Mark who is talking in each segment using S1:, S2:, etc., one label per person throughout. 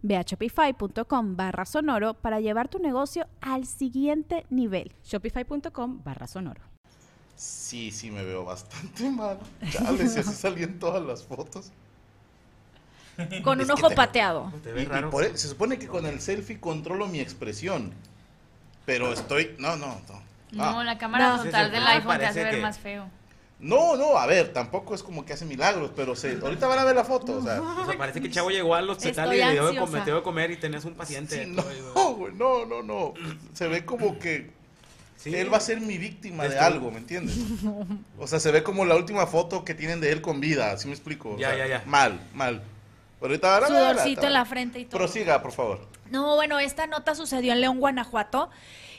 S1: Ve a shopify.com barra sonoro para llevar tu negocio al siguiente nivel.
S2: Shopify.com barra sonoro.
S3: Sí, sí, me veo bastante mal. Chale, si así salían todas las fotos.
S4: Con
S3: Es
S4: un
S3: que
S4: ojo
S3: te-
S4: pateado.
S5: Te
S3: Y-
S5: ves
S3: y
S5: raro.
S3: por e- se supone que con el selfie controlo mi expresión.
S5: Ah.
S3: Pero estoy. No, no, no. Ah,
S4: No, la cámara
S5: No.
S4: frontal
S5: Sí, sí,
S4: del
S5: sí,
S4: iPhone te hace
S5: parece
S4: ver
S5: que-
S4: más feo.
S3: No, no, a ver, tampoco es como que hace milagros, pero se, ahorita van a ver la foto. O sea,
S5: O sea, parece que el chavo llegó al hospital y
S4: Estoy
S5: le dio de
S4: ansiosa.
S5: comer, te dio de comer y tenías un paciente.
S3: sí, no, güey, no, no, no. Se ve como que
S5: Sí.
S3: él va a ser mi víctima de
S5: Esto-
S3: algo, ¿me entiendes? O sea, se ve como la última foto que tienen de él con vida, ¿sí me explico? O
S5: Ya,
S3: sea,
S5: ya, ya.
S3: Mal, mal. Ahorita van a ver la-
S4: Sudorcito en la frente y todo.
S3: Prosiga, por favor.
S4: No, bueno, esta nota sucedió en León, Guanajuato.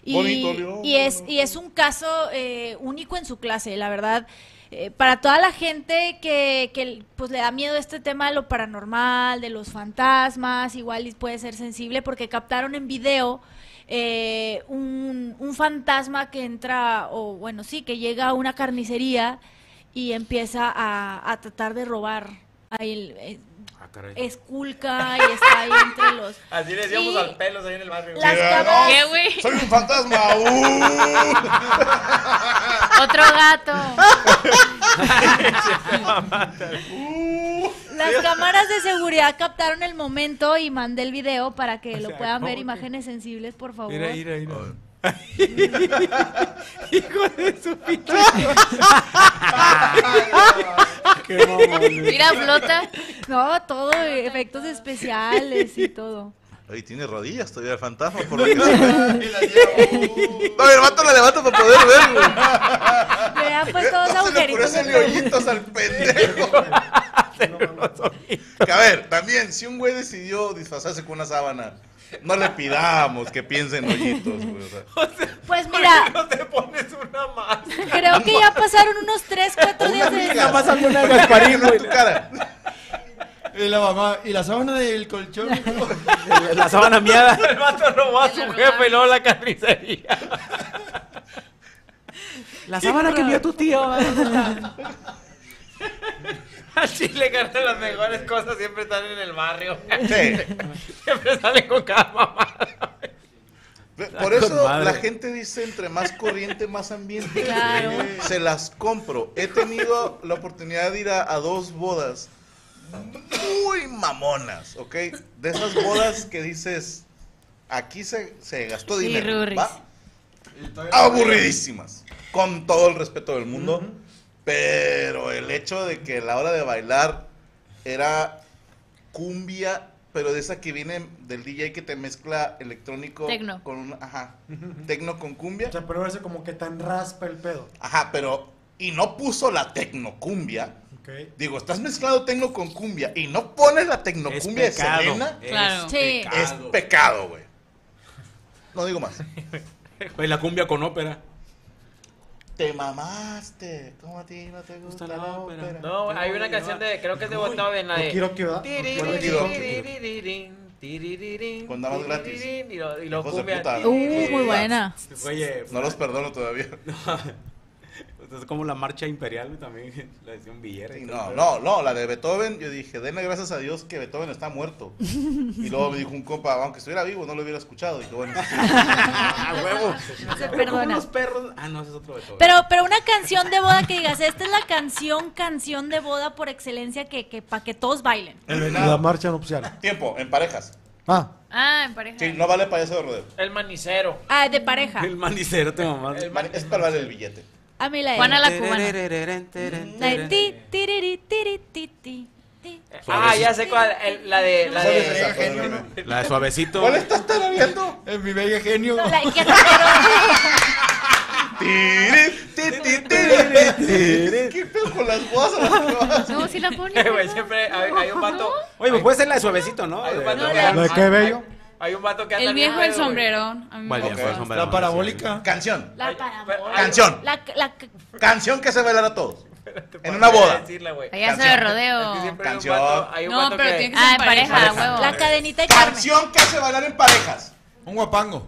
S4: Y,
S3: Bonito León,
S4: y es,
S3: Guanajuato.
S4: y es un caso eh, único en su clase, la verdad. Eh, para toda la gente que, que, pues, le da miedo este tema de lo paranormal, de los fantasmas, igual y puede ser sensible porque captaron en video eh, un, un fantasma que entra, o bueno, sí, que llega a una carnicería y empieza a, a tratar de robar. Ahí, el- eh,
S5: Ah, caray.
S4: esculca y está ahí entre los...
S5: Así le decíamos
S4: Y-
S5: al pelos ahí en el barrio.
S4: Las
S3: Sí,
S4: cámaras.
S3: ¿no?
S6: ¿Qué, güey?
S3: Soy un fantasma. ¡uh!
S6: Otro gato.
S4: Las cámaras de seguridad captaron el momento y mandé el video para que lo
S5: sea,
S4: puedan ver
S5: ¿cómo que?
S4: imágenes sensibles, por favor.
S5: Mira, mira, mira.
S6: Mira, flota.
S4: No, todo eh, efectos especiales y todo.
S3: Oye, tiene rodillas todavía el fantasma, por lo que se ve. No, mi hermano la levanta para poder verlo.
S4: Le dan pues todos
S3: No se le ocurrió
S4: agujeritos.
S3: hacerle hoyitos al pendejo. Que a ver, también, si un güey decidió disfrazarse con una sábana, no le pidamos que piense en hoyitos, güey. o sea.
S4: Pues mira,
S5: No te pones una más.
S4: creo que ya pasaron unos 3, 4 días de...
S3: Nada más
S7: alguna
S3: Que no en tu cara.
S7: Y la mamá, y la sábana del colchón.
S5: La sábana miada. El vato robó a su jefe y luego la carnicería. La sábana que envió tu tío. Así le ganan las mejores cosas, siempre están en el barrio.
S3: Sí.
S5: Siempre salen con cada mamá.
S3: Ve, Por eso
S5: con madre.
S3: la gente dice entre más corriente, más ambiente.
S4: Claro.
S3: Se las compro. He tenido la oportunidad de ir a, a dos bodas muy mamonas, ¿ok? De esas bodas que dices, aquí se, se gastó
S6: Sí,
S3: dinero.
S6: rurris.
S3: ¿va? Aburridísimas, con todo el respeto del mundo. Pero el hecho de que la hora de bailar era cumbia, pero de esa que viene del DJ que te mezcla electrónico
S6: Tecno.
S3: con un, ajá, tecno con cumbia.
S7: O sea, pero verse como que tan raspa el pedo.
S3: Ajá, pero y no puso la tecnocumbia.
S7: Ok.
S3: Digo, estás mezclando tecno con cumbia y no pones la tecnocumbia de Selena.
S6: Claro.
S4: Sí.
S3: Es pecado, güey. No digo más.
S5: Güey, la cumbia con ópera.
S3: Te mamaste. ¿Cómo a ti no te gusta la ópera?
S8: No, hay una canción de, creo que es de Beethoven, la
S7: No
S8: de...
S7: quiero que va. no quiero que va.
S8: Tiriririn,
S3: Con damas gratis.
S8: tiriririn, Y lo, y lo
S3: Hijos de
S8: cumbia.
S3: puta.
S1: Uh, muy buena.
S5: Oye,
S3: No los perdono todavía.
S5: es como la marcha imperial güey, también, la edición Villera. y
S3: Sí,
S5: todo
S3: No,
S5: el
S3: no, no, la de Beethoven, yo dije, denle gracias a Dios que Beethoven está muerto. Y luego me dijo un compa, aunque estuviera vivo, no lo hubiera escuchado. Dije, bueno, sí.
S5: ¡Ah, huevo!
S4: Se
S5: Pero como
S4: perdona.
S5: Los perros. Ah, no, ese es otro de todo.
S4: Pero, pero una canción de boda que digas, esta es la canción, canción de boda por excelencia que, que para que todos bailen.
S7: El-
S3: nada.
S7: La marcha nupcial.
S3: tiempo, en parejas.
S7: Ah,
S6: Ah, en pareja.
S3: Sí, no vale payaso de rodeo.
S8: El manicero.
S4: Ah, de pareja.
S5: El manicero te mamás.
S3: Es para darle el billete.
S4: A mí la de...
S6: Juana la cubana.
S4: La de ti, tiriri, tiri, ti, ti, ti.
S8: Ah, ya sé cuál. el- la de. La
S4: Eh,
S3: ¿Cuál es
S8: de.
S3: esa? Perdóname.
S5: La de suavecito.
S3: ¿Cuál estás tarareando?
S7: Es mi bella genio.
S4: No, la que te quiero.
S3: Tiri, ti, ti, tiri, tiri. ¿Qué pedo con las guasas?
S6: No, si la pone.
S8: Güey, siempre hay, hay un vato.
S5: Oye, pues puede ser la de suavecito, ¿no?
S8: Hay un vato
S6: No,
S8: que
S6: la-
S8: anda-
S7: ¿La de qué
S8: hay-
S7: bello?
S8: hay- Hay un vato que anda
S6: El
S8: bien
S6: viejo
S8: pedo,
S6: el
S8: güey.
S6: sombrerón. A mí me
S5: Vale, pues,
S6: gusta.
S5: fue el sombrero,
S7: La parabólica.
S3: Canción.
S4: La
S8: Ay,
S4: parabola.
S3: Canción.
S4: La, la,
S3: Canción que se bailará a todos. En
S8: Para
S3: una boda.
S8: decirla, güey.
S6: Allá se
S3: Canción.
S6: de
S8: Es que
S6: rodeo.
S8: siempre hay un
S3: Canción.
S8: vato- hay un
S9: No,
S8: vato
S9: pero
S8: que-
S9: tiene que ser
S6: Ah, en pareja, a huevo.
S4: la cadenita de Carmen.
S3: Canción que se bailar en parejas.
S7: Un guapango.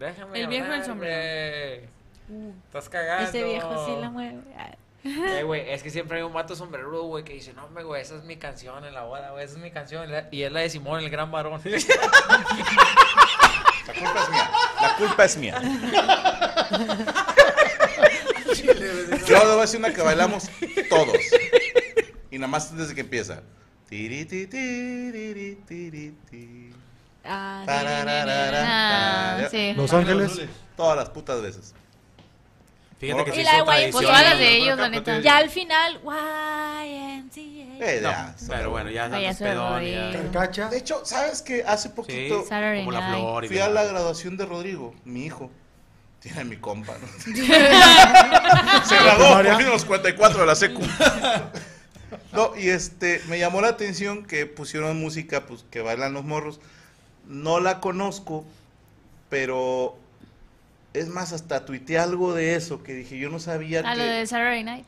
S8: Déjame
S9: El viejo del
S8: hablar,
S9: sombrero.
S8: güey. Estás cagando.
S4: Ese viejo sí la mueve. Ah,
S8: Eh, güey, es que siempre hay un vato sombrerudo, güey, que dice, no, hombre, güey, esa es mi canción en la boda, güey, esa es mi canción. Y es la de Simón, el gran varón.
S3: La culpa es mía. La culpa es mía. Yo le voy a decir una que bailamos todos. Y nada más desde que empieza. Tiri, ti, ti, tiri, tiri, ti.
S4: ah,
S3: Tarararara,
S6: Ah,
S3: tarara.
S6: sí.
S7: Los Ángeles.
S3: Todas las putas veces.
S5: Fíjate que
S4: Y
S5: sí
S4: la de
S5: son
S4: Guay-
S6: Pues todas las de
S5: tradiciones.
S6: ellos, la neta.
S4: Ya al final, YMCA.
S3: Eh,
S5: No,
S3: ya,
S5: pero bueno, ya
S6: Payaso
S5: es pedón. ya.
S6: de rodeo.
S7: Cacha.
S3: De hecho, ¿sabes qué? Hace
S5: Sí,
S3: poquito
S6: Saturday
S5: como la
S6: night.
S5: flor. y
S3: fui
S5: la-
S3: a la graduación de Rodrigo, mi hijo. Tiene mi compa, ¿no? Se graduó por
S7: primaria?
S3: fin a los 44 de la secu. No, y este, me llamó la atención que pusieron música, pues, que bailan los morros. No la conozco, pero es más, hasta tuiteé algo de eso, que dije, yo no sabía
S6: A
S4: Ah,
S3: que...
S6: Ah, lo de Saturday Night.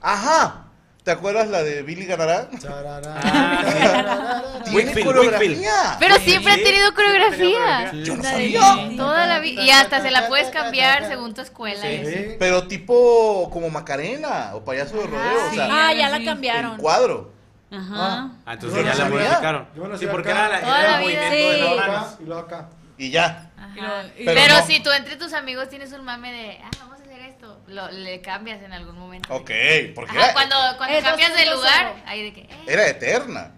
S3: ¡Ajá! ¿Te acuerdas la de Billy Ganará? Tiene
S5: Wakefield,
S3: coreografía.
S6: Pero siempre ha tenido
S5: coreografía.
S6: coreografía.
S3: Yo no
S6: La de-
S3: sabía.
S6: Toda la vida. Y hasta se la puedes cambiar según tu escuela. y así.
S7: Sí.
S3: Pero tipo como Macarena o payaso de rodeo, o
S6: sí.
S3: sea,
S4: Ah, ya la
S3: en
S4: cambiaron.
S3: cuadro.
S9: Ajá.
S5: Ah,
S7: Yo
S5: entonces
S7: no
S5: ya la
S3: sabía.
S5: modificaron.
S7: Yo no
S5: Sí,
S7: sé
S5: porque
S7: acá.
S5: era la-
S6: Toda
S5: era
S6: la
S5: el
S6: vida,
S5: movimiento de
S6: sí.
S5: las
S7: Acá
S5: manos.
S7: y luego acá.
S3: Y ya.
S9: Y
S6: Ajá.
S9: lo- y
S3: Pero
S6: Pero,
S3: no.
S6: si tú entre tus amigos tienes un mame de, ah, vamos a hacer esto, lo- le cambias en algún momento.
S3: Ok, porque
S6: Ajá,
S3: era,
S6: cuando cuando
S4: Eh, dos,
S6: cambias de
S4: dos,
S6: lugar,
S4: cero.
S6: ahí de que, eh,
S3: era eterna.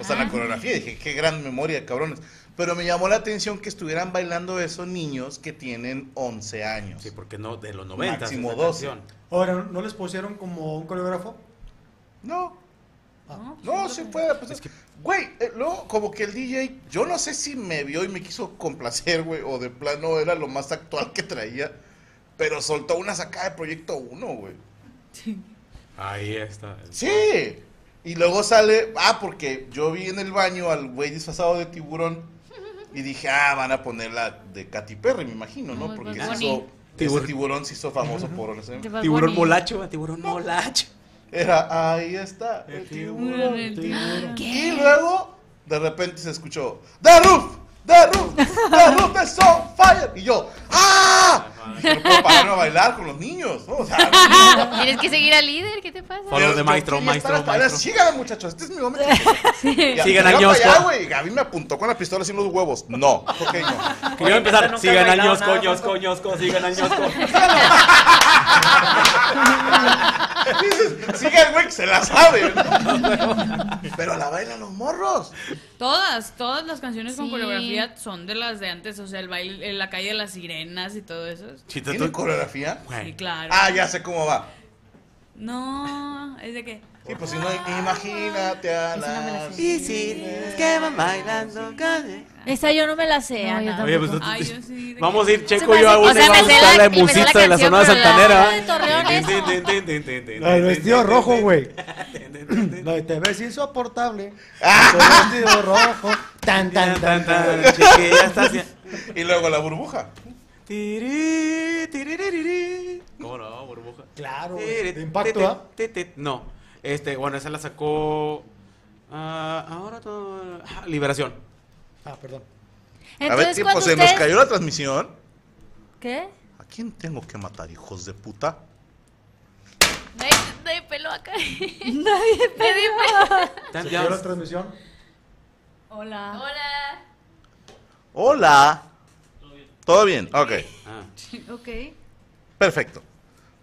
S3: O sea,
S6: Ajá.
S3: la coreografía, dije, qué gran memoria, cabrones. Pero me llamó la atención que estuvieran bailando eso niños que tienen 11 años.
S5: Sí, porque no, de los 90.
S3: Máximo
S5: esa
S3: 12.
S5: canción.
S7: Ahora, ¿no les pusieron como un coreógrafo?
S3: No.
S6: pues
S3: No, sí puede. Pues, Güey, eh, luego como que el DJ, yo no sé si me vio y me quiso complacer, güey, o de plano era lo más actual que traía, pero soltó una sacada de Proyecto 1, güey.
S5: Ahí está.
S3: Sí. Y luego sale, ah, porque yo vi en el baño al güey disfrazado de tiburón y dije, ah, van a poner la de Katy Perry, me imagino, ¿no?
S6: Ay,
S3: Porque
S6: Bad
S3: se
S6: Bunny.
S3: hizo,
S5: Tibur-
S3: ese tiburón se hizo famoso por ese.
S6: de Bad
S5: Tiburón
S6: Bunny.
S5: molacho, tiburón molacho.
S3: Era, ahí está, el tiburón.
S7: tiburón.
S3: Y luego, de repente se escuchó, The Roof, The Roof, The Roof is on fire. Y yo, ah, no puedo pararme a bailar con los niños, ¿no? O sea,
S6: Tienes que seguir al líder, ¿qué te pasa?
S5: Follow
S3: Yo-
S5: the
S3: yo
S5: maestro,
S3: quería estar
S5: maestro,
S3: hasta allá.
S5: maestro.
S3: Síganme, muchachos. Este es mi hombre. Y me
S5: Sigan a
S3: iba para
S5: Ñosco.
S3: allá, güey, Gaby me apuntó con la pistola así en los huevos. No. Ok, no.
S5: Que iba a
S8: Oye,
S5: empezar.
S8: nunca
S5: Sigan
S8: he bailado
S5: años,
S8: nada,
S5: coños,
S8: Paco.
S5: coños, coños, sigan años, coños.
S3: Dices, sigan, güey, que se la sabe. ¿no? Pero la bailan los morros.
S9: Todas, todas las canciones con
S6: Sí.
S9: coreografía son de las de antes, o sea, el baile, en la calle de las sirenas y todo eso.
S5: Chito,
S3: ¿Tienen
S5: tú-
S3: coreografía?
S9: Sí,
S5: Güey.
S9: claro.
S3: Ah, ya sé cómo va.
S9: No, es de que
S3: Sí, pues si no,
S4: Ah,
S3: imagínate a la.
S5: Y sí, es que van bailando.
S9: ah.
S4: Esa yo no me la sé,
S6: No, yo
S4: Ana.
S5: Oye, pues tú-
S9: Ay, yo sí, de que-
S5: vamos a ir
S4: Se
S5: checo
S4: me
S5: yo
S4: hace-
S5: a
S4: o
S5: una
S4: sea,
S5: y
S4: me
S5: vamos
S4: sé
S5: a
S4: la-
S5: estar de
S6: y me sé la
S5: musista de la
S6: canción,
S5: zona
S6: pero la-
S5: santanera.
S4: de Torreón, eso.
S5: eso.
S7: La del vestido rojo, güey. La de te ves insoportable. Con vestido rojo. Tan, tan, Ah. tan, tan.
S5: Chiquilla, está así.
S3: Y luego la burbuja.
S5: Tiri, tiriririri. ¿Cómo no, burbuja?
S7: Claro, güey.
S5: Tiri,
S7: De impacto,
S5: tiri,
S7: ¿ah?
S5: tiri, tiri. No, este, bueno, esa la sacó. ah, ahora todo. ah, Liberación.
S7: Ah, perdón.
S4: Entonces,
S3: a ver,
S4: cuando
S3: tiempo, se
S4: ustedes...
S3: nos cayó la transmisión.
S4: ¿Qué?
S3: ¿A quién tengo que matar, hijos de puta?
S6: Nadie, nadie peló acá.
S4: Nadie
S7: ¿Se quedó la transmisión?
S4: Hola.
S6: Hola.
S3: Hola. ¿Todo bien? Ok.
S5: Ah,
S4: Ok.
S3: Perfecto.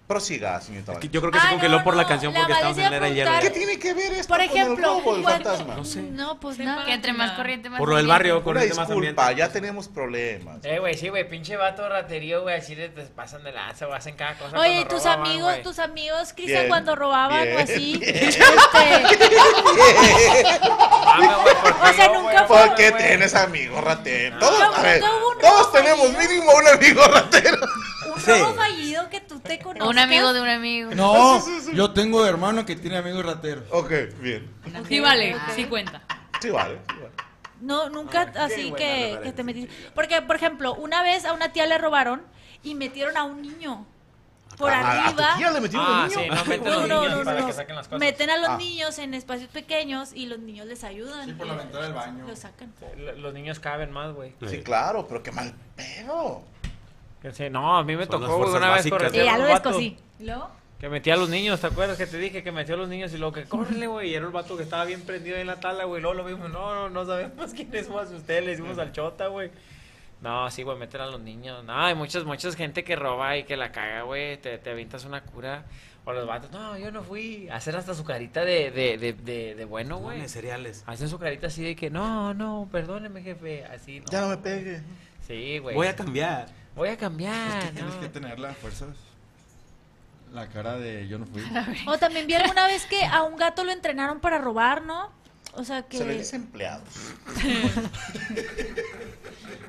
S3: Prosiga, señorita.
S5: Que
S3: Vale.
S5: Yo creo que se
S4: Ah,
S5: congeló
S4: no,
S5: por la
S4: no,
S5: canción
S4: la
S5: porque estábamos
S4: Valeria
S5: en la era de
S4: preguntar-
S3: ¿Qué
S5: hierro.
S3: tiene que ver esto
S4: Por
S3: con el
S4: ejemplo,
S3: robo del
S4: cuando-
S3: fantasma?
S5: No sé.
S4: No, pues
S9: Sí,
S4: nada.
S9: para-
S6: Que entre más corriente, más
S5: Por lo del
S6: ambiente.
S5: barrio,
S3: Una
S5: corriente más
S3: disculpa,
S5: ambiente.
S8: pues.
S3: ya tenemos problemas.
S8: Eh, güey, sí, güey, pinche vato raterío, güey, así de- te pasan de lanza, güey, hacen cada cosa.
S4: Oye, ¿y
S8: cuando
S4: tus
S8: robaban,
S4: amigos,
S8: güey.
S4: tus amigos, Cristian,
S3: Bien,
S4: cuando robaban
S3: bien,
S4: o así?
S3: bien.
S4: Este,
S8: Mame, Ah, güey, ¿por qué
S4: O sea,
S8: yo,
S4: nunca
S8: güey?
S4: fue-
S3: ¿Por qué
S8: güey?
S3: tienes amigos rateros?
S4: No,
S3: Todos, a ver,
S4: no hubo un robo ¿eh?
S3: todos tenemos
S4: fallido.
S3: mínimo un amigo ratero.
S4: un
S5: Sí.
S4: robo fallido que tú te conozcas.
S6: Un amigo de un amigo.
S3: No,
S10: No,
S3: sí, sí, sí.
S10: yo tengo hermano que tiene amigos rateros.
S3: Ok, bien.
S9: Sí, vale, sí cuenta.
S3: Sí, vale. sí, vale.
S4: No,
S3: Ah,
S4: nunca
S5: qué
S4: así
S5: buena
S4: que, que te
S5: referencia.
S4: metiste. Porque, por ejemplo, una vez a una tía le robaron y metieron a un niño por
S3: Ah, ¿A- a tu
S4: arriba.
S3: tía le metieron
S8: Ah,
S3: un niño?
S8: sí, no meten
S4: No,
S8: los
S4: no,
S8: niños
S4: no,
S8: para
S4: no.
S8: que saquen las cosas.
S4: Meten a los
S3: Ah.
S4: niños en espacios pequeños y los niños les ayudan.
S10: Sí, por la
S4: y
S10: ventana del baño. Pues
S4: Lo sacan.
S8: L- Los niños caben más, güey.
S3: Sí, claro, pero qué mal pedo.
S8: Que sí, No, a mí me
S5: Son las
S8: tocó, güey,
S5: fuerzas
S8: una vez
S4: Y
S5: básicas. Sí,
S8: corretear
S4: ya
S8: a
S4: lo
S8: un vato
S4: descosí.
S8: que metía a los niños, ¿te acuerdas que te dije que metió a los niños y luego que córrele, güey? Y era el vato que estaba bien prendido ahí en la tala, güey. Luego lo mismo, no, no, no sabemos quién es más usted, le hicimos al chota, güey. No, sí, güey, meter a los niños. No, hay muchas, muchas gente que roba y que la caga, güey. Te, te avientas una cura. O los vatos, no, yo no fui. Hacer hasta su carita de, de, de, de, de bueno, güey.
S5: Güey, Ah, cereales.
S8: Hacen su carita así de que, no, no, perdóneme, jefe. Así, no.
S3: Ya no me pegue.
S8: Sí, güey.
S5: Voy a cambiar.
S8: Voy a cambiar.
S10: Tienes
S8: no.
S10: que tener las fuerzas. La cara de yo no fui.
S4: O también vi alguna vez que a un gato lo entrenaron para robar, ¿no? O sea que.
S3: Se le dice empleados.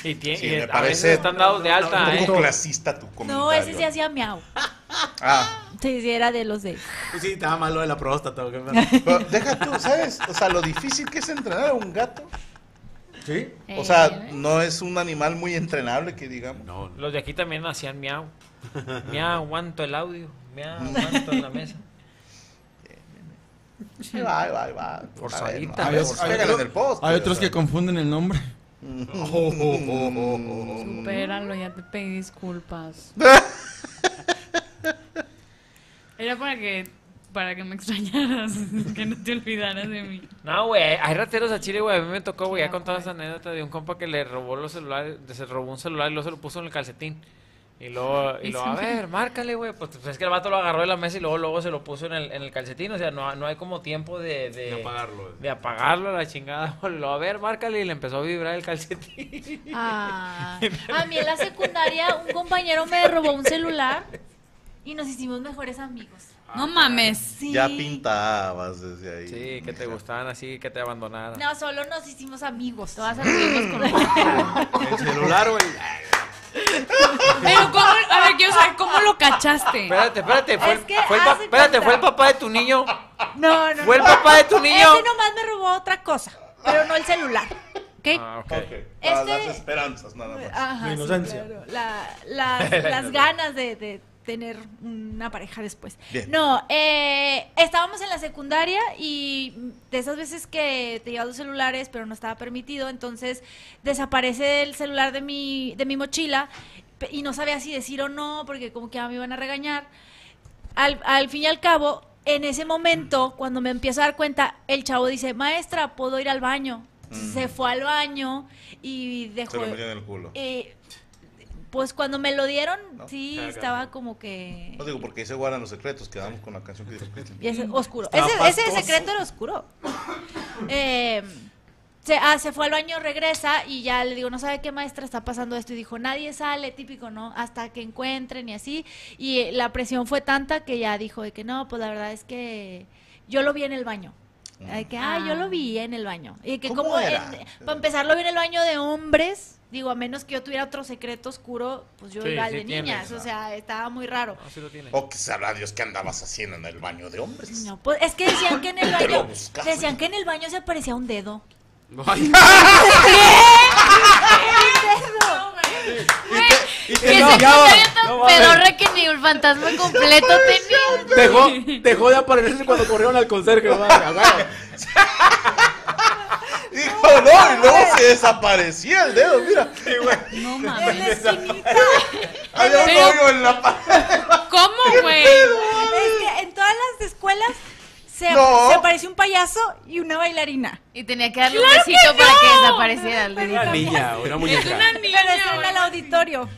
S8: Y, tie-
S3: Sí,
S8: y
S3: me
S8: a veces
S3: parece
S8: están dados de
S3: Un
S8: alta,
S3: poco
S8: ¿eh?
S3: clasista tu comentario.
S4: No, ese sí hacía miau.
S3: Ah,
S4: Sí, sí, era de los de.
S5: Pues Sí, estaba malo de la próstata. ¿qué más?
S3: pero deja tú, ¿sabes? O sea, lo difícil que es entrenar a un gato.
S10: ¿Sí?
S6: Eh,
S3: O
S4: Eh,
S3: sea, no es un animal muy entrenable que digamos.
S5: No, no.
S8: Los de aquí también hacían miau. Miau, aguanto el audio. Miau, aguanto en la mesa.
S3: Ahí va, ahí va, ahí va. A ver, no,
S8: Forzadita, güey,
S3: a veces
S10: forzadita.
S3: pégale en el poste. Mm.
S10: Hay otros
S3: o sea.
S10: que confunden el nombre.
S9: Supéralo, ya te pedí disculpas. Era para que para que me extrañaras, que no te olvidaras de mí.
S8: No, güey, hay rateros a Chile, güey. A mí me tocó, güey, ya contaba esa anécdota de un compa que le robó los celulares, se robó un celular y luego se lo puso en el calcetín. Y luego, y luego, a ver, márcale, güey. Pues, pues, es que el vato lo agarró de la mesa y luego, luego se lo puso en el, en el calcetín. O sea, no, no hay como tiempo de, de,
S5: De apagarlo.
S8: de apagarlo a la chingada. güey. Luego, a ver, márcale y le empezó a vibrar el calcetín.
S4: Ah, a mí en la secundaria un compañero me robó un celular y nos hicimos mejores amigos.
S9: No mames.
S4: Sí.
S3: Ya pintabas desde ahí.
S8: Sí, que te gustaban así, que te abandonaran.
S4: No, solo nos hicimos amigos.
S6: Todas anduvimos con
S5: El celular, güey. Ay,
S9: Pero cómo, a ver, quiero saber cómo lo cachaste.
S8: Espérate, espérate, fue,
S4: Es
S8: el-
S4: que
S8: fue el, pa-
S4: haz de
S8: espérate,
S4: cuenta.
S8: fue el papá de tu niño.
S4: No, no.
S8: Fue el
S4: no.
S8: papá de tu niño.
S4: Ese nomás me robó otra cosa, pero no el celular. ¿Ok?
S8: Ah, ok.
S3: Ok,
S4: Este- Ah,
S3: las esperanzas nada más.
S4: Ajá,
S7: La
S4: sí,
S7: inocencia.
S4: claro. La- las, las ganas de, de tener una pareja después.
S3: Bien.
S4: No, eh, estábamos en la secundaria y de esas veces que te llevas los celulares, pero no estaba permitido, entonces desaparece el celular de mi, de mi mochila pe- y no sabía si decir o no, porque como que ya me iban a regañar. Al, al fin y al cabo, en ese
S7: Mm.
S4: momento, cuando me empiezo a dar cuenta, el chavo dice, maestra, ¿puedo ir al baño? Entonces,
S7: Mm.
S4: Se fue al baño y dejó...
S3: Se lo metió en el culo.
S4: Eh, pues cuando me lo dieron, sí,
S5: Ah,
S4: estaba como que...
S3: No digo porque ahí se guardan los secretos, quedamos con la canción que dijo Cristian.
S4: Y ese- oscuro.
S5: Estaba
S4: Ese, ese
S5: pastoso.
S4: secreto era oscuro. Eh, se, ah, se fue al baño, regresa y ya le digo, no sabe qué maestra está pasando esto. Y dijo, nadie sale, típico, ¿no? Hasta que encuentren y así. Y eh, la presión fue tanta que ya dijo de que no, pues la verdad es que yo lo vi en el baño. Ay, que, ah, yo lo vi en el baño. Y que
S3: ¿Cómo
S4: como,
S3: era?
S4: para empezar, lo vi en el baño de hombres. Digo, a menos que yo tuviera otro secreto oscuro, pues yo
S8: Sí,
S4: iba al
S8: sí
S4: de
S8: tienes,
S4: niñas.
S8: ¿no?
S4: O sea, estaba muy raro.
S8: No, sí lo tiene.
S3: O Oh, que sabrá Dios que andabas haciendo en el baño de hombres.
S4: No, pues es que decían que en el
S3: Te lo
S4: baño
S3: buscaste.
S4: decían que en el baño se aparecía un dedo.
S5: Y
S6: Que
S5: te
S6: se
S5: no,
S6: historia tan
S5: no mames.
S6: pedorra que ni un fantasma completo tenía.
S5: Dejó, dejó de aparecerse cuando corrieron al conserje. ¿no? A huevo.
S3: Dijo, no, y luego se desaparecía el dedo, mira.
S9: No
S4: En
S9: mames.
S4: la esquinita.
S3: Había un
S9: Pero-
S3: hoyo en la pared.
S9: ¿Cómo, güey?
S4: Es que en todas las escuelas se,
S3: No.
S4: se apareció un payaso y una bailarina.
S6: Y tenía que darle un besito para que desapareciera. el
S5: Una
S6: dedito.
S5: niña, una
S9: Es
S5: muñeca.
S9: una
S4: Pero eso era en el
S9: niña. güey.
S4: auditorio.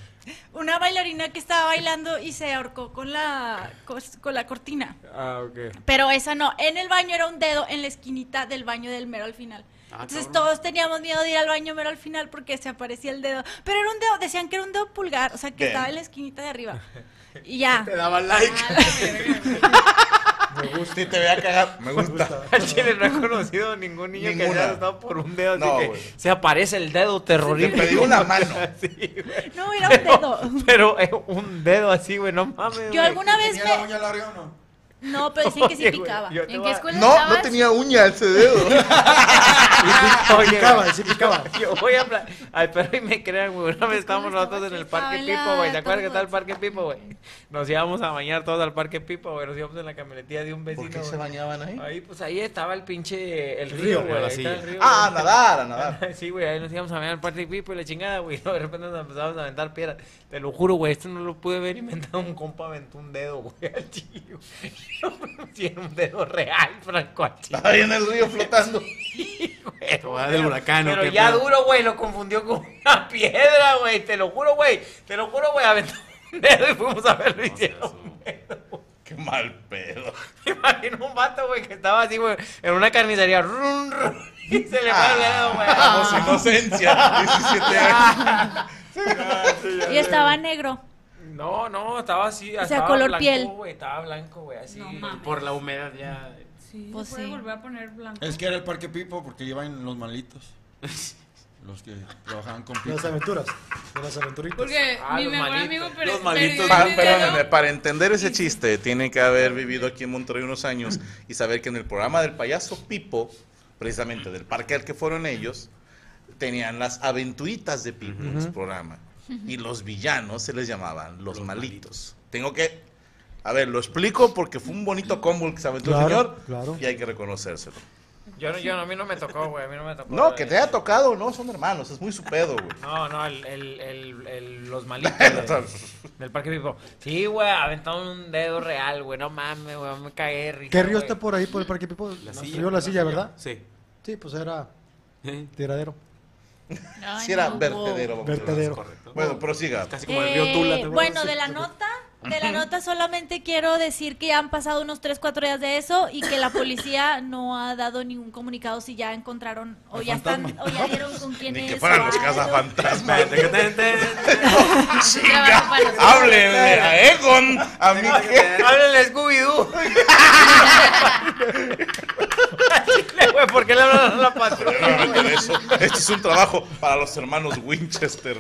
S4: Una bailarina que estaba bailando y se ahorcó con la, cos- con la cortina.
S5: Ah, ok.
S4: Pero esa no, en el baño era un dedo en la esquinita del baño del mero al final.
S5: Ah,
S4: Entonces
S5: cabrón.
S4: todos teníamos miedo de ir al baño mero al final porque se aparecía el dedo. Pero era un dedo, decían que era un dedo pulgar, o sea que
S5: Bien.
S4: estaba en la esquinita de arriba. Y ya.
S5: Te daba like.
S3: Me gusta. Y te voy a cagar. Me gusta.
S8: Al chile no he conocido ningún niño que
S3: Ninguna.
S8: haya estado por un dedo. Así
S3: No,
S8: que
S3: güey.
S8: se aparece el dedo terrorífico.
S3: Te pedí una mano.
S4: No, era un dedo.
S8: Pero eh, un dedo así, güey, no mames.
S4: Yo
S8: güey.
S4: alguna vez
S10: ¿Tenía la
S4: me...
S10: uña larga o no?
S4: No, pero dicen que sí
S8: Oye, güey,
S4: picaba.
S8: yo te
S4: ¿En
S8: voy
S4: qué
S8: a-
S4: escuela
S3: No, no
S4: estabas?
S3: tenía uña ese dedo.
S4: Ah.
S8: Oye,
S7: Picaba,
S8: güey,
S7: sí picaba.
S8: Yo voy a pla- al perro y me crean, güey. Una vez estábamos nosotros en el parque
S4: estaba
S8: Pipo, güey.
S4: la
S8: ¿Te acuerdas que
S4: torta?
S8: estaba el parque Pipo, güey? Nos íbamos a bañar todos al parque Pipo, güey. Nos íbamos en la camionetilla de un vecino.
S3: ¿Por qué se
S8: güey.
S3: bañaban ahí?
S8: Ahí, pues ahí estaba el pinche. El
S5: El
S8: río,
S5: río,
S8: güey.
S5: la
S8: ahí está
S5: silla.
S8: el río,
S3: Ah, a
S8: güey.
S3: nadar, a nadar.
S8: Sí, güey, ahí nos íbamos a bañar al parque Pipo y la chingada, güey. No, de repente nos empezamos a aventar piedras. Te lo juro, güey, esto no lo pude ver inventado. Un compa aventó un dedo, güey, al chile. Sí, era un dedo real, Franco, al chile.
S3: Estaba ahí en el río flotando.
S8: Pero,
S5: Ah, del huracán, ¿o
S8: pero
S5: qué
S8: ya
S5: pedo?
S8: duro, güey, lo confundió con una piedra, güey. Te lo juro, güey. Te lo juro, güey. Aventó un dedo y fuimos a verlo y hicieron un dedo.
S3: Qué mal pedo.
S8: Me imagino un vato, güey, que estaba así, güey, en una carnicería. run, run, y se le
S3: Ah.
S8: va el dedo, güey. Ah,
S3: Vamos, inocencia. 17 años.
S4: Y estaba negro.
S8: No, no, estaba así.
S4: sea,
S8: estaba
S4: color
S8: blanco,
S4: piel.
S8: güey, estaba blanco, güey, así.
S9: No mames.
S5: Por la humedad ya.
S9: Sí,
S4: Pues
S9: puede
S4: sí.
S9: volver a poner blanco.
S10: Es que era el parque Pipo porque iban los malitos. Los que trabajaban con Pipo.
S7: Las aventuras. De las aventuritas.
S9: Porque
S8: Ah,
S9: mi
S8: los
S9: mejor
S8: malitos.
S9: amigo per-
S5: Los malitos.
S9: perdió
S3: Pa-
S9: el
S3: Perdónenme,
S9: dedo.
S3: para entender ese chiste, tiene que haber vivido aquí en Monterrey unos años y saber que en el programa del payaso Pipo, precisamente del parque al que fueron ellos, tenían las aventuritas de Pipo en su programa. Y los villanos se les llamaban los, malitos. Tengo que. A ver, lo explico porque fue un bonito combo el que se aventó el
S7: Claro,
S3: señor
S7: claro.
S3: y hay que reconocérselo.
S8: Yo, no- yo, no, a mí no me tocó, güey. A mí no me tocó.
S3: No, que te
S8: güey.
S3: haya tocado, no, son hermanos, es muy su pedo, güey.
S8: No, no, el, el, el, el- los malitos de- del Parque Pipo. Sí, güey, aventaron un dedo real, güey. No mames, güey, me cagué de risa,
S7: ¿Qué río este
S8: güey.
S7: está por ahí, por el Parque Pipo?
S5: La
S7: La
S5: silla,
S7: río La Silla, ¿verdad?
S5: Sí.
S7: Sí, pues era
S5: Eh,
S7: tiradero.
S9: Ay,
S3: Si era
S9: no,
S3: vertedero. vamos a decir.
S7: Vertedero.
S5: correcto.
S3: Bueno, prosiga.
S5: Casi como el
S6: Eh,
S5: río Tula. ¿te acuerdas?
S4: Eh, bueno,
S5: Sí.
S4: de la nota, de la nota solamente quiero decir que ya han pasado unos 3, 4 días de eso y que la policía no ha dado ningún comunicado si ya encontraron o
S10: Al
S4: ya están
S10: fantasma.
S4: o ya dieron con quién
S3: Ni
S4: es.
S3: que fueran
S4: o
S3: los
S4: algo.
S3: cazafantasmas.
S5: Ten, ten, ten.
S6: Trabaja para los-
S3: Háblele a Egon, a mi jefe.
S8: Háblale Scooby-Doo. Chile, güey, ¿por qué le hablan a la patrulla?
S3: Por eso, Este es un trabajo para los hermanos Winchester.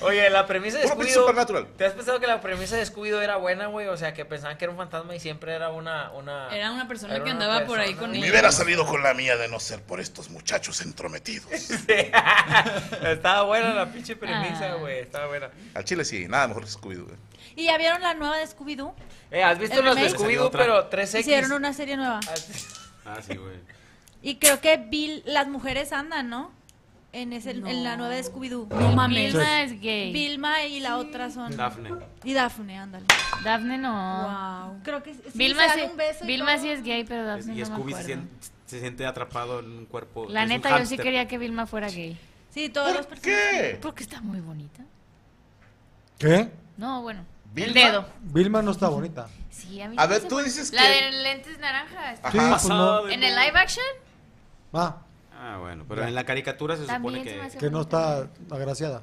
S8: Oye, la premisa de
S3: Puro pinche
S8: Scooby-Doo.
S3: Supernatural.
S8: ¿Te has pensado que la premisa de Scooby-Doo era buena, güey? O sea, que pensaban que era un fantasma y siempre era una. una...
S9: Era una persona
S8: Era
S9: que
S8: una
S9: andaba por ahí
S8: persona.
S9: con
S8: Me
S9: ella.
S3: Me hubiera salido con la mía de no ser por estos muchachos entrometidos.
S8: Estaba buena la
S9: Ah.
S8: pinche premisa, güey. Estaba buena.
S3: Al chile sí, nada mejor que Scooby-Doo. güey.
S4: ¿Y ya vieron la nueva de Scooby-Doo?
S8: Eh, ¿Has visto
S4: El
S8: los de
S4: remake.
S8: Scooby-Doo, pero 3X?
S4: Hicieron una serie nueva.
S5: Ah, sí, güey.
S4: Y creo que Bill, las mujeres andan, ¿no? En, ese, en la nueva de Scooby-Doo.
S9: No mames.
S6: Vilma es gay.
S4: Vilma y la otra son.
S5: Dafne.
S4: Y Daphne, ándale.
S6: Daphne no.
S4: Wow. Creo que sí,
S6: Vilma,
S4: se dan
S6: sí,
S4: un beso y
S6: Vilma
S4: todo.
S6: sí es gay, pero Daphne
S5: Y
S6: no me
S5: Scooby se
S6: acuerdo.
S5: sien- se siente atrapado en un cuerpo.
S6: La
S5: es un
S6: neta, yo sí
S5: hámster.
S6: quería que Vilma fuera gay.
S4: Sí, todos los
S3: ¿Por
S4: personajes.
S3: qué?
S6: Porque está muy bonita.
S7: ¿Qué?
S6: No, bueno. El
S3: ¿Vilma?
S6: dedo.
S7: Vilma no está bonita.
S6: Sí, a mí
S3: A
S6: se me
S3: ver,
S6: hace
S3: tú
S6: bonita.
S3: dices
S6: La de
S3: que.
S6: lentes naranjas.
S7: Sí,
S3: Ajá.
S7: pues no.
S6: ¿En el live action?
S7: Ah,
S5: Ah, bueno, pero en la caricatura se supone
S6: También se
S5: que.
S6: me hace
S7: que no
S6: bonita.
S7: está agraciada.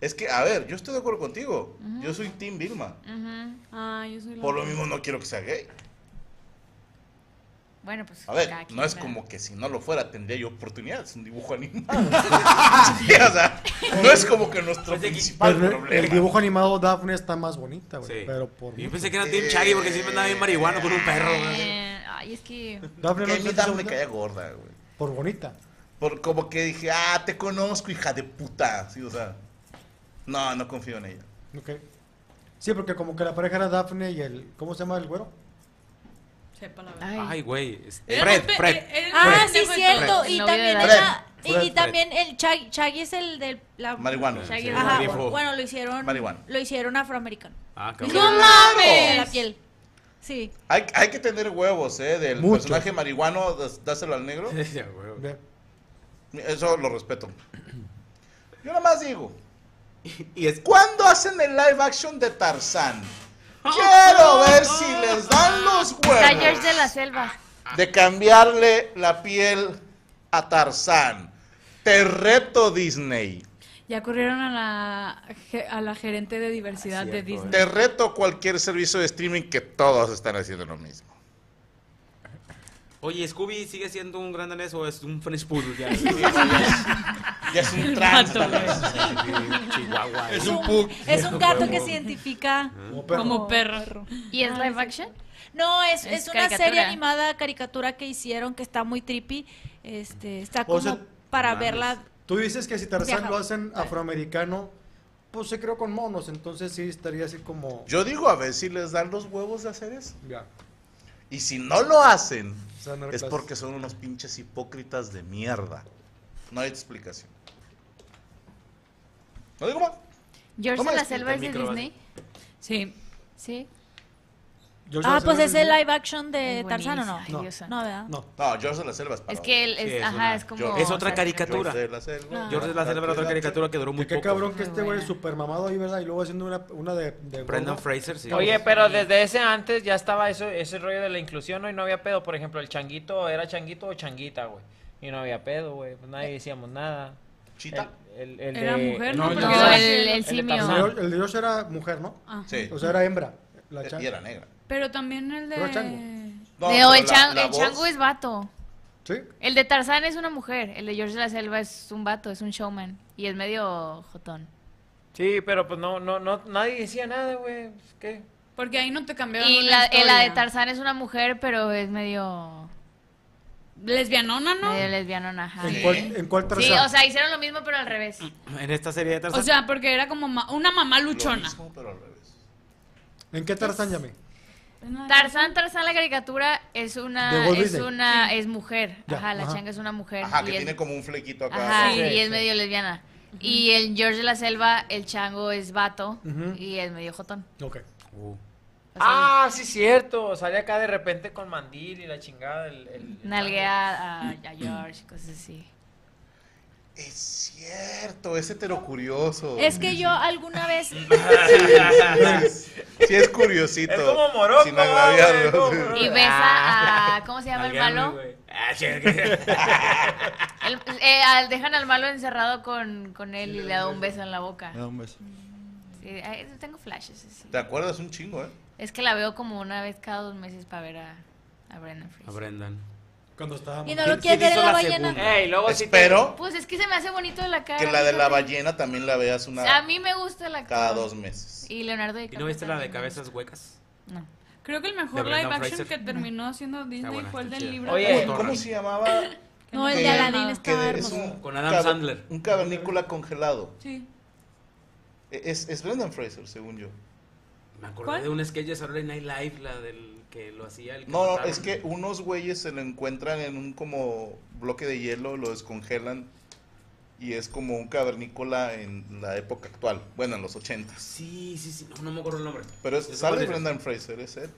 S3: Es que, a ver, yo estoy de acuerdo contigo. Yo soy Team Vilma.
S6: Ujú.
S9: Ah, yo soy la
S3: Por lo mismo no quiero que sea gay.
S6: Bueno, pues.
S3: A ver,
S6: cada quien,
S3: no es
S6: ¿verdad?
S3: como que si no lo fuera tendría yo oportunidad, es un dibujo animado. Sí, o sea, no es como que nuestro principal
S7: Pero Pues el- el
S3: problema.
S7: dibujo animado Daphne está más bonita, güey.
S5: Sí.
S7: Pero por. Eh,
S5: Yo
S10: pues,
S5: pensé que era Team Shaggy porque siempre andaba bien marihuano con un perro, güey.
S6: Eh, Ay, es que.
S7: Daphne
S3: Que
S7: no
S3: a mí
S7: está
S3: Daphne
S7: bonita
S3: caía gorda, güey.
S7: Por bonita.
S3: Por como que dije, ah, te conozco, hija de puta. Sí, o sea, no, no confío en ella.
S7: Ok. Sí, porque como que la pareja era Daphne y el. ¿Cómo se llama el güero?
S9: Sepa la verdad.
S5: Ay,
S6: Ay.
S5: güey. es-
S6: Eh,
S9: Era
S5: Fred,
S9: un pe-
S5: Fred.
S9: era- era un
S4: Ah, sí,
S9: pendejo de
S4: cierto.
S6: Fred.
S4: Y
S6: Novio de
S4: también
S6: Fred.
S4: era. Y,
S7: Fred,
S4: y
S7: Fred.
S4: también el Chaggy, Chaggy es el de la.
S3: Marihuana.
S5: Ah, Sí,
S6: Shaggy
S4: Ajá,
S5: el grifo.
S4: bueno, lo hicieron.
S3: Marihuana.
S4: Lo hicieron afroamericano.
S5: Ah,
S4: ¡No
S5: cabrón.
S4: mames! la piel. Sí.
S3: Hay, hay que tener huevos, ¿eh? Del
S7: Mucho.
S3: personaje marihuano, das- dáselo al negro.
S5: Ya, güey.
S7: Ve.
S3: Eso lo respeto. Yo nada más digo, Y es, ¿cuándo hacen el live action de Tarzán? Quiero ver si les dan los
S6: Talleres
S3: huevos
S6: de la selva.
S3: de cambiarle la piel a Tarzán. Te reto, Disney.
S9: Ya corrieron a la, ge- a la gerente de diversidad de Disney.
S3: Te reto cualquier servicio de streaming que todos están haciendo lo mismo.
S5: Oye, Scooby sigue siendo un gran danés o es un French poodle ya.
S3: ya es
S4: El
S5: un
S4: trans,
S5: trans.
S4: vato, güey.
S5: Chihuahua.
S4: Es un pug. Es un gato que se identifica
S5: Como perro.
S9: Como perro.
S6: ¿Y es
S4: Ay,
S6: live action?
S4: No, es,
S6: Es
S4: es una serie
S6: caricatura.
S4: animada, caricatura que hicieron que está muy trippy. Este, está
S7: O
S4: como
S7: sea,
S4: para
S7: mames.
S4: verla.
S7: Tú dices que si Tarzán
S4: Viaja.
S7: lo hacen afroamericano, pues se creó con monos, entonces sí estaría así como...
S3: Yo digo, a ver si les dan los huevos de hacer eso.
S7: Ya.
S3: Y si no lo hacen,
S7: Se van a dar
S3: es
S7: clases.
S3: porque son unos pinches hipócritas de mierda. No hay explicación. No digo más.
S6: George
S3: ¿Cómo
S6: de la
S3: explica
S6: selva
S3: el
S6: es de
S3: micro,
S6: Disney.
S9: Sí.
S6: Sí.
S4: Ah, pues es el live action de
S6: Es
S4: Eh, Tarzán o no?
S6: buenísimo. Ay, Dios santo.
S4: No, ¿verdad?
S7: No.
S3: No, George de la Selva es parodia.
S6: Es que él es,
S5: Sí, es
S6: ajá,
S5: una-
S6: es como.
S3: George-
S5: Es otra caricatura.
S3: George de la
S6: Ah.
S3: Selva.
S5: George de la Selva era otra caricatura que duró muy
S7: Que qué
S5: poco.
S7: cabrón que este güey es super mamado ahí, ¿verdad? Y luego haciendo una, una de... de
S5: Brendan
S7: gordo.
S5: Fraser, sí.
S8: Oye, pero desde ese antes ya estaba eso, ese rollo de la inclusión, ¿no? Y no había pedo. Por ejemplo, el changuito era changuito o changuita, güey. Y no había pedo, güey. Pues nadie decíamos nada.
S3: ¿Chita?
S5: Eh,
S8: El, el- el
S9: Era
S8: de-
S9: mujer,
S10: No,
S9: ¿no?
S10: el-
S9: Porque
S10: no,
S9: era-
S6: el- el
S8: de
S6: simio.
S7: El
S8: Tarzán.
S7: de George- El de George era mujer, ¿no?
S9: Ah.
S3: Sí. Eh,
S7: O sea, era hembra. La
S3: y
S7: changa.
S3: era negra.
S9: Pero también el de...
S7: Pero chango.
S3: No,
S6: Leo,
S3: pero la-
S6: el, chan-
S3: la
S6: el
S3: voz-
S6: chango es vato.
S7: ¿Sí?
S6: El de Tarzán es una mujer. El de George de la selva es un vato, es un showman. Y es medio jotón.
S8: Sí, pero pues no, no, no, nadie decía nada, güey. Pues, ¿Qué?
S9: Porque ahí no te cambiaron
S6: Y
S9: una
S6: la, eh, la de
S9: historia.
S6: Tarzán es una mujer, pero es medio.
S9: Lesbianona, ¿no?
S6: medio lesbiana,
S4: Ah,
S6: ajá.
S7: ¿En cuál, en cuál
S6: Sí,
S7: Tarzán?
S6: o sea, hicieron lo mismo, pero al revés.
S5: En esta serie de Tarzán.
S9: O sea, porque era como ma- una mamá
S3: lo
S9: luchona.
S3: mismo, pero al revés.
S7: ¿En qué Tarzán llamé?
S9: Ah.
S6: Tarzán, Tarzán, la caricatura es
S7: De
S6: una.
S7: Walt
S6: Es
S7: Disney.
S6: una. Es mujer.
S7: Ya,
S6: Ajá, la
S7: ajá.
S6: changa es una mujer.
S3: Ajá,
S6: y
S3: que
S6: es-
S3: tiene como un flequito acá.
S6: Ajá,
S8: Sí,
S6: y es
S8: sí.
S6: medio lesbiana. Y el George de la Selva, el chango es vato
S7: Ujú.
S6: y es medio jotón.
S7: Ok.
S5: Uh.
S6: O sea,
S8: Ah, sí, cierto. Sale acá de repente con mandil y la chingada. El, el- el-
S6: Nalguea a, a George, cosas así.
S3: Es cierto, es heterocurioso.
S4: Es que yo alguna vez
S3: Sí, es curiosito.
S8: Es como Morocco,
S3: Sin agraviarlo.
S8: güey, como-
S9: Ah.
S6: Y besa a. ¿Cómo se llama el
S8: Nalgueame,
S6: malo?
S8: güey.
S5: Ah,
S6: El- eh, al- dejan al malo encerrado con, con él y le da un beso en la boca.
S10: Me da un beso.
S6: Sí, ay, tengo flashes. así.
S3: ¿Te acuerdas un chingo, eh?
S6: Es que la veo como una vez cada dos meses para ver a, a Brendan
S5: A
S6: Fraser.
S5: Brendan.
S7: Cuando estábamos...
S4: y no
S5: ¿Quién-
S4: lo quiere
S5: quién
S4: ver en
S5: hizo
S4: la
S5: la
S4: ballena.
S5: segunda?
S8: Ey, luego sí te-
S3: Espero
S6: Pues es que se me hace bonito de la cara.
S3: que la de la
S6: fíjate.
S3: ballena también la veas
S6: A
S3: una
S6: mí me gusta la
S3: cada dos meses.
S6: Y Leonardo
S5: ¿Y
S6: DiCaprio.
S5: no viste la de
S6: también me gusta.
S5: cabezas huecas?
S6: No.
S9: Creo que el mejor
S5: De
S9: live
S5: Brendan
S9: action
S5: Fraser.
S9: que terminó haciendo Disney
S5: buena,
S9: fue el
S5: está
S9: del
S5: chida.
S9: libro.
S8: Oye,
S9: de-
S3: Uy, ¿Cómo se llamaba?
S4: No, el de
S3: Que-
S4: Aladín
S3: que
S4: estaba
S3: es
S4: hermoso.
S3: un
S5: Con Adam
S3: cabe-
S5: Sandler.
S3: Un cavernícola congelado. E-,
S9: Sí.
S3: Es, es Brendan Fraser, según yo.
S5: Me acordé
S9: ¿Cuál?
S5: de un sketch de Saturday Night Live, la del que lo hacía el que
S3: No, no,
S5: mataron.
S3: es que uh, unos güeyes se lo encuentran en un como bloque de hielo, lo descongelan y es como un cavernícola en la época actual, bueno, en los ochentas.
S5: Sí, sí, sí, no, no me acuerdo el nombre.
S3: Pero es-
S5: Yo sé cuál
S3: sale
S5: es.
S3: Brendan Fraser, es él.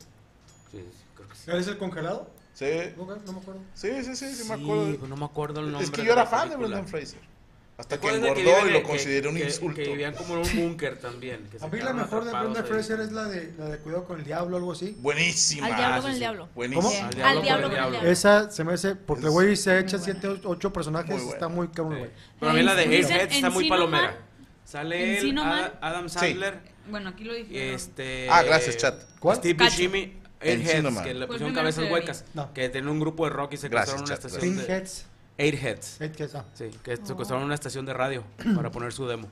S5: Sí, sí, creo que sí.
S7: ¿Eres el congelado?
S3: Sí,
S7: No, no me acuerdo.
S3: sí, sí, sí, sí, me
S5: Sí,
S3: acuerdo.
S5: pero no me acuerdo el nombre.
S3: Es que
S5: de
S3: yo
S5: la
S3: era fan de
S5: película.
S3: Brendan Fraser.
S5: ¿Te
S3: Hasta que
S5: acuerdas de
S3: engordó
S5: viven
S3: y lo
S5: en- que-
S3: consideré un
S5: que-
S3: insulto.
S5: Que vivían como en un búnker también. que se
S7: A mí la
S5: quedaron
S7: mejor de
S5: atrapados
S7: Brenda
S5: ahí.
S7: Fraser es la de, la de Cuidado con el Diablo, algo
S3: Mm.
S7: así.
S3: Buenísima.
S4: Al
S5: Ah,
S4: diablo
S5: sí,
S4: con el
S5: sí.
S4: diablo.
S3: Buenísima.
S7: ¿Cómo?
S5: Al
S4: Al diablo
S5: por el
S4: con el diablo.
S7: Esa se me hace, porque el güey se echa
S6: buena.
S7: 7, 8 personajes,
S3: Muy buena.
S7: está muy cabrón, güey.
S5: Pero a mí la de
S9: Dicen
S5: Ace está muy
S9: Encino Man.
S5: palomera. Sale él,
S9: Encino Man.
S5: Ad- Adam Sandler,
S9: Bueno, aquí lo dije.
S5: este...
S3: Ah, gracias, chat.
S7: ¿Cuál?
S5: Steve
S9: Cacho.
S5: Buscemi,
S3: Encino
S5: Airheads,
S3: Man.
S5: Pues que le
S9: Fue el
S5: pusieron
S9: primero
S5: cabezas
S9: que
S5: huecas,
S7: No.
S5: que tenían un grupo de rock y se
S3: Gracias,
S5: cruzaron una
S3: chat,
S5: estación
S7: Teen
S5: de...
S7: Heads.
S5: Airheads.
S7: Head Heads, ah.
S5: Sí, que secuestraron una estación de radio para poner su demo.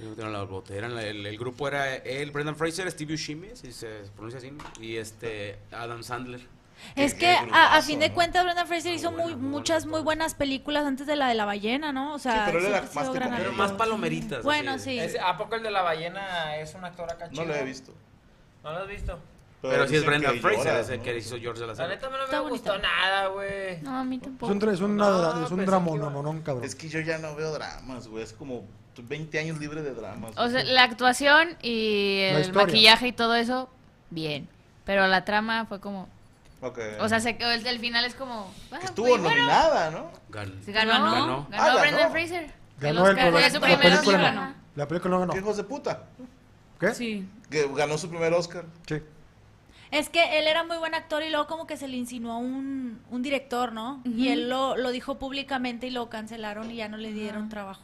S5: Y no tenían la bota, eran la- el, el grupo era él, Brendan Fraser, Steve Buscemi, si se pronuncia así, y este Adam Sandler.
S4: Es
S3: Qué
S4: que a, a
S3: grupazo,
S4: fin de
S3: ¿no?
S4: cuentas Brendan Fraser
S5: Muy
S4: hizo
S5: buena,
S4: muy,
S5: muy buena
S4: muchas muy
S5: película.
S4: buenas películas antes de la de la ballena, ¿no? O sea,
S3: Sí, pero él era
S4: siempre ha
S3: más
S4: sido
S3: de
S4: gran
S3: comedia.
S5: Pero
S4: actor.
S5: más palomeritas. así
S4: Bueno,
S5: de-
S4: sí.
S8: Ese- ¿A poco el de la ballena es un actor acá
S3: No
S8: chido?
S3: lo he visto.
S8: ¿No lo has visto?
S5: Ah, Pero sí es
S3: dicen
S5: Brendan
S3: que
S5: Fraser,
S3: llora,
S5: es el
S3: ¿no?
S5: que hizo George de la
S8: La
S5: Sala.
S8: neta a mí no
S4: Está
S8: me gustó
S4: bonito.
S8: nada, güey.
S6: No, a mí
S7: Es
S6: tampoco.
S7: un, es un,
S8: No,
S7: es un
S8: pensé
S7: drama,
S8: que iba-
S7: no, no, no, cabrón.
S3: Es que yo ya no veo dramas, güey. Es como 20 años libre de dramas.
S6: O sea,
S3: güey.
S6: la actuación y
S7: La
S6: el
S7: historia.
S6: maquillaje y todo eso, bien. Pero la trama fue como.
S3: Ok.
S6: O sea, se, el, el final es como. ah,
S3: Que
S6: muy
S3: estuvo
S6: bueno.
S3: nominada, ¿no?
S5: Gan-
S6: Se Ganó,
S9: Ganó.
S6: ganó,
S3: Ah, ganó.
S6: Brendan Fraser.
S7: Ganó
S6: El
S7: el
S6: Oscar,
S7: programa-
S6: fue su
S7: la
S6: primer
S7: película
S6: Oscar.
S7: no.
S6: Ajá.
S7: La película no ganó.
S3: hijos de puta?
S7: ¿Qué?
S9: Sí.
S3: Que ganó su primer Oscar.
S7: Sí.
S4: Es que él era muy buen actor y luego como que se le insinuó un, un director, ¿no? Y
S9: Ujú.
S4: él lo, lo dijo públicamente y lo cancelaron y ya no le dieron trabajo.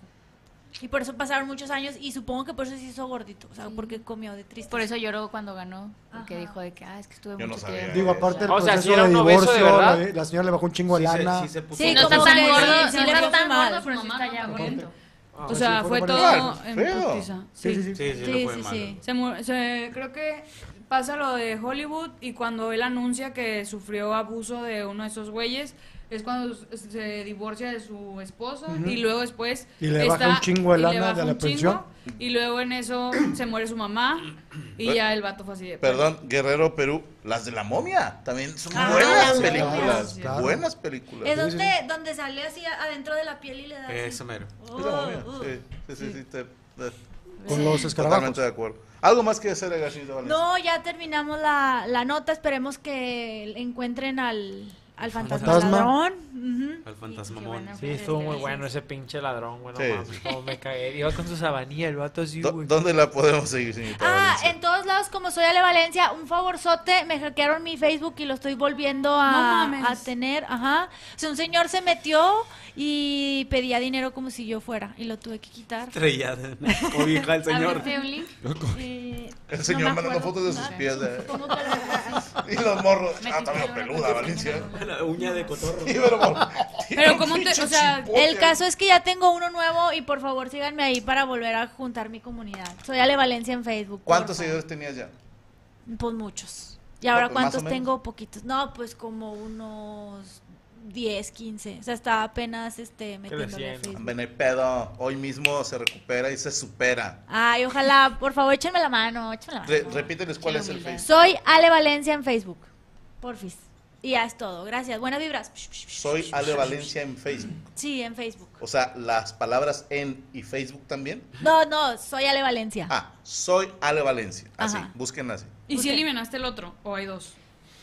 S4: Y por eso pasaron muchos años y supongo que por eso se hizo gordito, o sea, porque comió de triste.
S6: Por eso lloró cuando ganó, porque dijo de que, ah, es que estuve
S3: Yo no
S6: mucho
S3: sabía eh.
S6: tiempo.
S7: Digo, aparte del
S8: O sea,
S7: proceso
S8: si era
S7: de
S8: un obeso de
S7: divorcio, la,
S8: verdad.
S7: la señora le bajó un chingo de lana.
S5: Sí, se, sí se puso.
S4: Sí,
S6: no
S4: como
S6: está
S4: que
S6: tan
S4: le-
S6: gordo,
S4: sí
S6: no
S4: le fue
S6: está tan
S4: mal.
S6: gordo, pero sí
S9: Mamá,
S6: está ya
S9: mamá.
S6: gordo.
S7: Ah,
S9: O
S7: sí,
S9: sea, fue
S7: buena manera.
S9: todo
S3: Igual,
S9: en
S3: feo.
S9: putiza.
S7: Sí, sí, sí.
S5: Sí, sí,
S4: Sí,
S5: no fue
S4: sí,
S5: malo.
S4: sí.
S9: Se, mu- se- creo que pasa lo de Hollywood y cuando él anuncia que sufrió abuso de uno de esos güeyes es cuando s- se divorcia de su esposa y luego después
S7: Y le baja un chingo de
S9: y le
S7: lana
S9: baja
S7: de la
S9: un
S7: pensión.
S9: chingo, y luego en eso se muere su mamá y
S3: Pe-
S9: ya el vato fue así de
S3: Perdón, Guerrero Perú, las de la momia también son
S9: Ah,
S3: buenas
S9: sí,
S3: películas,
S9: sí.
S7: Claro.
S3: buenas películas.
S4: Es
S7: Sí,
S4: donde,
S7: sí,
S4: donde sale así a- adentro de la piel y le da así.
S5: Eso mero.
S4: Oh,
S3: Es la momia,
S4: uh.
S3: sí, sí, sí, sí, te- te-
S7: Con los
S3: totalmente
S7: escarabajos.
S3: de acuerdo. Algo más que hacer, Agashi de Valencia.
S4: No, ya terminamos la, la nota, esperemos que encuentren al, al fantasma,
S7: Fantasma.
S4: ladrón. Ujú.
S5: Al fantasmamón.
S8: Sí, estuvo muy bueno ese pinche ladrón, güey. No
S3: Sí.
S8: mames, cómo me cagué. Iba con su sabanilla el vato así,
S3: Do-
S8: güey.
S3: ¿Dónde la podemos seguir, señorita
S4: Ah,
S3: Valencia?
S4: en todos lados, como soy Ale Valencia, un favorzote, me hackearon mi Facebook y lo estoy volviendo
S9: No
S4: a,
S9: mames.
S4: a tener. Ajá. O sea, un señor se metió y pedía dinero como si yo fuera y lo tuve que quitar.
S5: Estrellada. Cobija el señor.
S6: ¿Abriste un link?
S4: Eh,
S3: El señor
S4: no me
S3: mandando
S4: acuerdo.
S3: fotos de sus
S4: Ah,
S3: pies. eh.
S4: supongo que algo así.
S3: Y los morros.
S6: Me
S3: Ah, también
S6: quité
S3: peluda,
S6: una-
S3: Valencia.
S5: La uña de cotorro.
S3: Sí, pero, mor- tiene un
S9: ¿cómo te-
S3: pinche
S9: o sea,
S3: chipote.
S4: El caso es que ya tengo uno nuevo y por favor síganme ahí para volver a juntar mi comunidad. Soy Ale Valencia en Facebook. por
S3: ¿Cuántos
S4: favor.
S3: seguidores tenías ya?
S4: Pues muchos. ¿Y ahora
S3: pues, más o
S4: cuántos
S3: menos.
S4: tengo? Poquitos. No, pues como unos 10, 15. O sea, estaba apenas este, metiéndole a
S8: Creciendo.
S4: Facebook.
S3: Hombre, no hay pedo. Hoy mismo se recupera y se supera.
S4: Ay, ojalá, por favor, échenme la mano, échenme la
S3: Re-
S4: mano.
S3: repíteles cuál
S6: Qué
S3: es el
S6: humildad.
S3: Facebook.
S4: Soy Ale Valencia en Facebook. Porfis. Y ya es todo. Gracias. Buenas vibras.
S3: Soy Ale Valencia en Facebook.
S4: Sí, en Facebook.
S3: O sea, las palabras en y Facebook también.
S4: No, no, soy Ale Valencia.
S3: Ah, soy Ale Valencia. Así,
S4: Ajá.
S3: busquen así.
S9: ¿Y si
S4: Ok.
S9: eliminaste el otro o hay dos?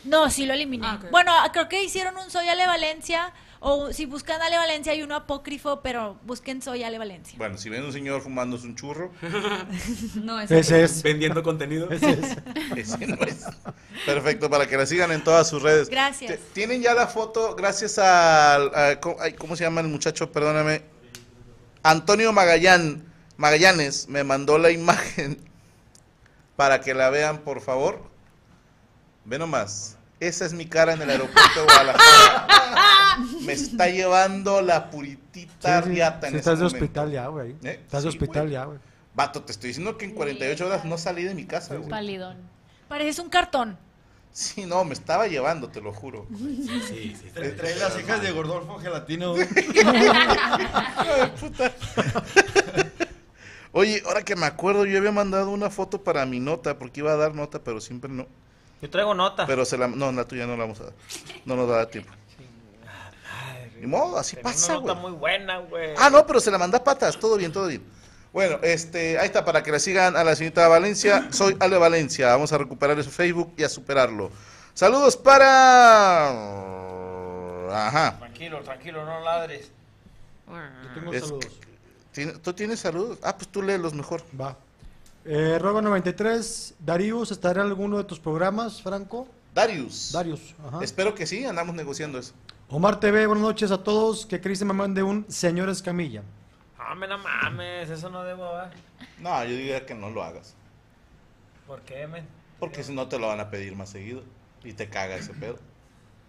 S4: No, sí lo eliminé.
S9: Ah, ok.
S4: Bueno, creo que hicieron un Soy Ale Valencia. O un- si buscan Ale Valencia hay uno apócrifo, pero busquen Soy Ale Valencia.
S3: Bueno, si ven un señor fumándose un churro,
S9: No, ese.
S7: Ese es.
S5: Vendiendo contenido.
S3: ese no es. Perfecto, para que la sigan en todas sus redes.
S4: Gracias.
S3: Te- Tienen ya la foto, gracias al. a- co- ay, ¿Cómo se llama el muchacho? Perdóname. Antonio Magallán, Magallanes me mandó la imagen para que la vean, por favor. Ve nomás. Esa es mi cara en el aeropuerto de Guadalajara. Me está llevando la puritita
S7: Sí, sí,
S3: riata en ese
S7: sí, estás de
S3: momento.
S7: hospital ya, güey.
S3: ¿Eh?
S7: Estás de
S3: Sí,
S7: hospital
S3: güey.
S7: ya, güey.
S3: Vato, te estoy diciendo que en 48 horas no salí de mi casa, güey.
S6: Palidón.
S4: Pareces un cartón.
S3: Sí, no, me estaba llevando, te lo juro.
S5: Sí, sí.
S10: Trae las hijas de Gordolfo Gelatino, güey.
S3: Oye, ahora que me acuerdo, yo había mandado una foto para mi nota, porque iba a dar nota, pero siempre no.
S8: Yo traigo nota.
S3: Pero se la... No, la tuya no la vamos a dar. No nos da tiempo. Ni modo, así pasa,
S8: Una nota
S3: güey.
S8: muy buena, güey.
S3: Ah, no, pero se la manda a patas. Todo bien, todo bien. Bueno, este, ahí está, para que la sigan a la señorita Valencia. Soy Ale Valencia. Vamos a recuperar su Facebook y a superarlo. Saludos para... Ajá.
S8: Tranquilo, tranquilo, no ladres.
S7: Yo tengo
S3: Es-
S7: saludos.
S3: ¿Tien- ¿Tú tienes saludos? Ah, pues tú léelos mejor.
S7: Va. Eh, Rogo 93, Darius, ¿estará en alguno de tus programas, Franco?
S3: Darius.
S7: Darius, ajá.
S3: Espero que sí, andamos negociando eso.
S7: Omar TV, buenas noches a todos. Que Cris me mande un señor Escamilla.
S8: Mames, Ah, no mames, eso no debo, ¿verdad?
S3: No, yo diría que no lo hagas.
S8: ¿Por qué, men?
S3: Porque si no te lo van a pedir más seguido. Y te caga ese pedo.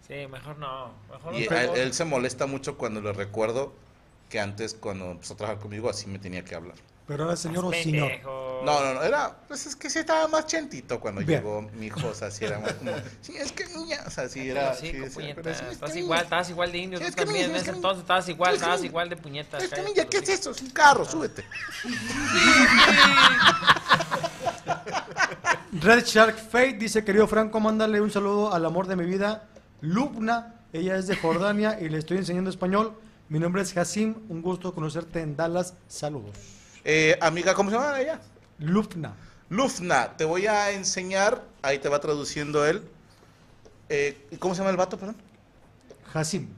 S8: Sí, mejor no. Mejor
S3: Y
S8: no.
S3: él, él se molesta mucho cuando le recuerdo que antes cuando empezó a trabajar conmigo así me tenía que hablar.
S7: Pero era señor o señor.
S8: Oh.
S3: No, no, no, era, pues es que sí estaba más chentito cuando
S7: Bien.
S3: llegó mi hijo, o sea, sí era más como, sí, es que niña, o sea, sí era, sí, decía, pero sí,
S8: Estás
S3: que
S8: igual,
S3: niña,
S8: estás igual de indio.
S3: Sí,
S8: Tú
S3: es que
S8: también,
S3: niña,
S8: en
S3: es
S8: ese
S3: que
S8: entonces estabas igual,
S3: Es que
S8: estabas
S3: niña.
S8: igual de puñetas.
S3: Es que
S8: cállate,
S3: niña, ¿qué es este? eso?
S8: Rodrigo.
S3: Es un carro, súbete.
S7: Red Shark Fate dice, querido Franco, mándale un saludo al amor de mi vida, Lubna. Ella es de Jordania y le estoy enseñando español. Mi nombre es Hasim, un gusto conocerte en Dallas. Saludos.
S3: Eh, amiga, ¿cómo se llama ella?
S7: Lubna.
S3: Lufna, te voy a enseñar, ahí te va traduciendo él, eh, ¿cómo se llama el vato, perdón?
S7: Hasim.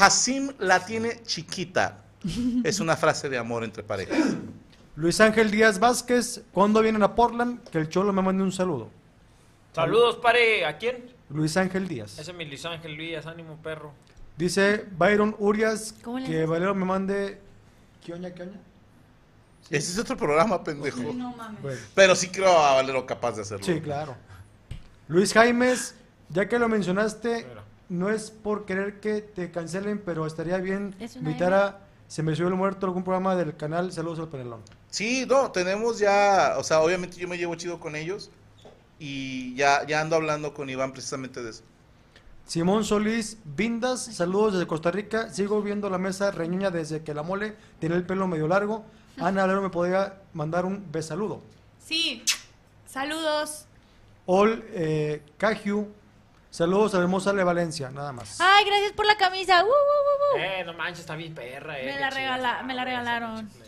S3: Hasim la tiene chiquita. Es una frase de amor entre parejas.
S7: Luis Ángel Díaz Vázquez, ¿cuándo vienen a Portland? Que el Cholo me mande un saludo.
S8: Saludos, pare. ¿A quién?
S7: Luis Ángel Díaz.
S8: Ese es mi Luis Ángel Villas, ánimo, perro.
S7: Dice Byron Urias
S4: ¿Cómo le
S7: que
S4: haces?
S7: Valero me mande. ¿Qué oña, qué oña?
S3: Ese es otro programa, pendejo.
S9: No mames.
S7: Bueno,
S3: Pero sí creo a Valero capaz de hacerlo.
S7: sí, claro. Luis Jaimes, ya que lo mencionaste,
S8: Mira.
S7: no es por querer que te cancelen, pero estaría bien
S4: Es una
S7: invitar a Se me subió el muerto algún programa del canal. Saludos al panelón.
S3: Sí, no, tenemos ya, o sea, obviamente yo me llevo chido con ellos y ya, ya ando hablando con Iván precisamente de eso.
S7: Simón Solís Vindas, saludos desde Costa Rica. Sigo viendo la mesa reñuña desde que la mole tiene el pelo medio largo. Ana Valero me podría mandar un besaludo.
S9: Sí. Saludos.
S7: Ol eh, Cajiu, saludos a la hermosa Le Valencia, nada más.
S4: Ay, gracias por la camisa. Uh, uh, uh, uh.
S8: Eh, no manches, está bien perra, eh.
S4: Me
S8: qué
S4: la
S8: chida
S4: regala-
S8: está,
S4: me la
S8: güey, esa
S4: regalaron.
S8: pinche playera.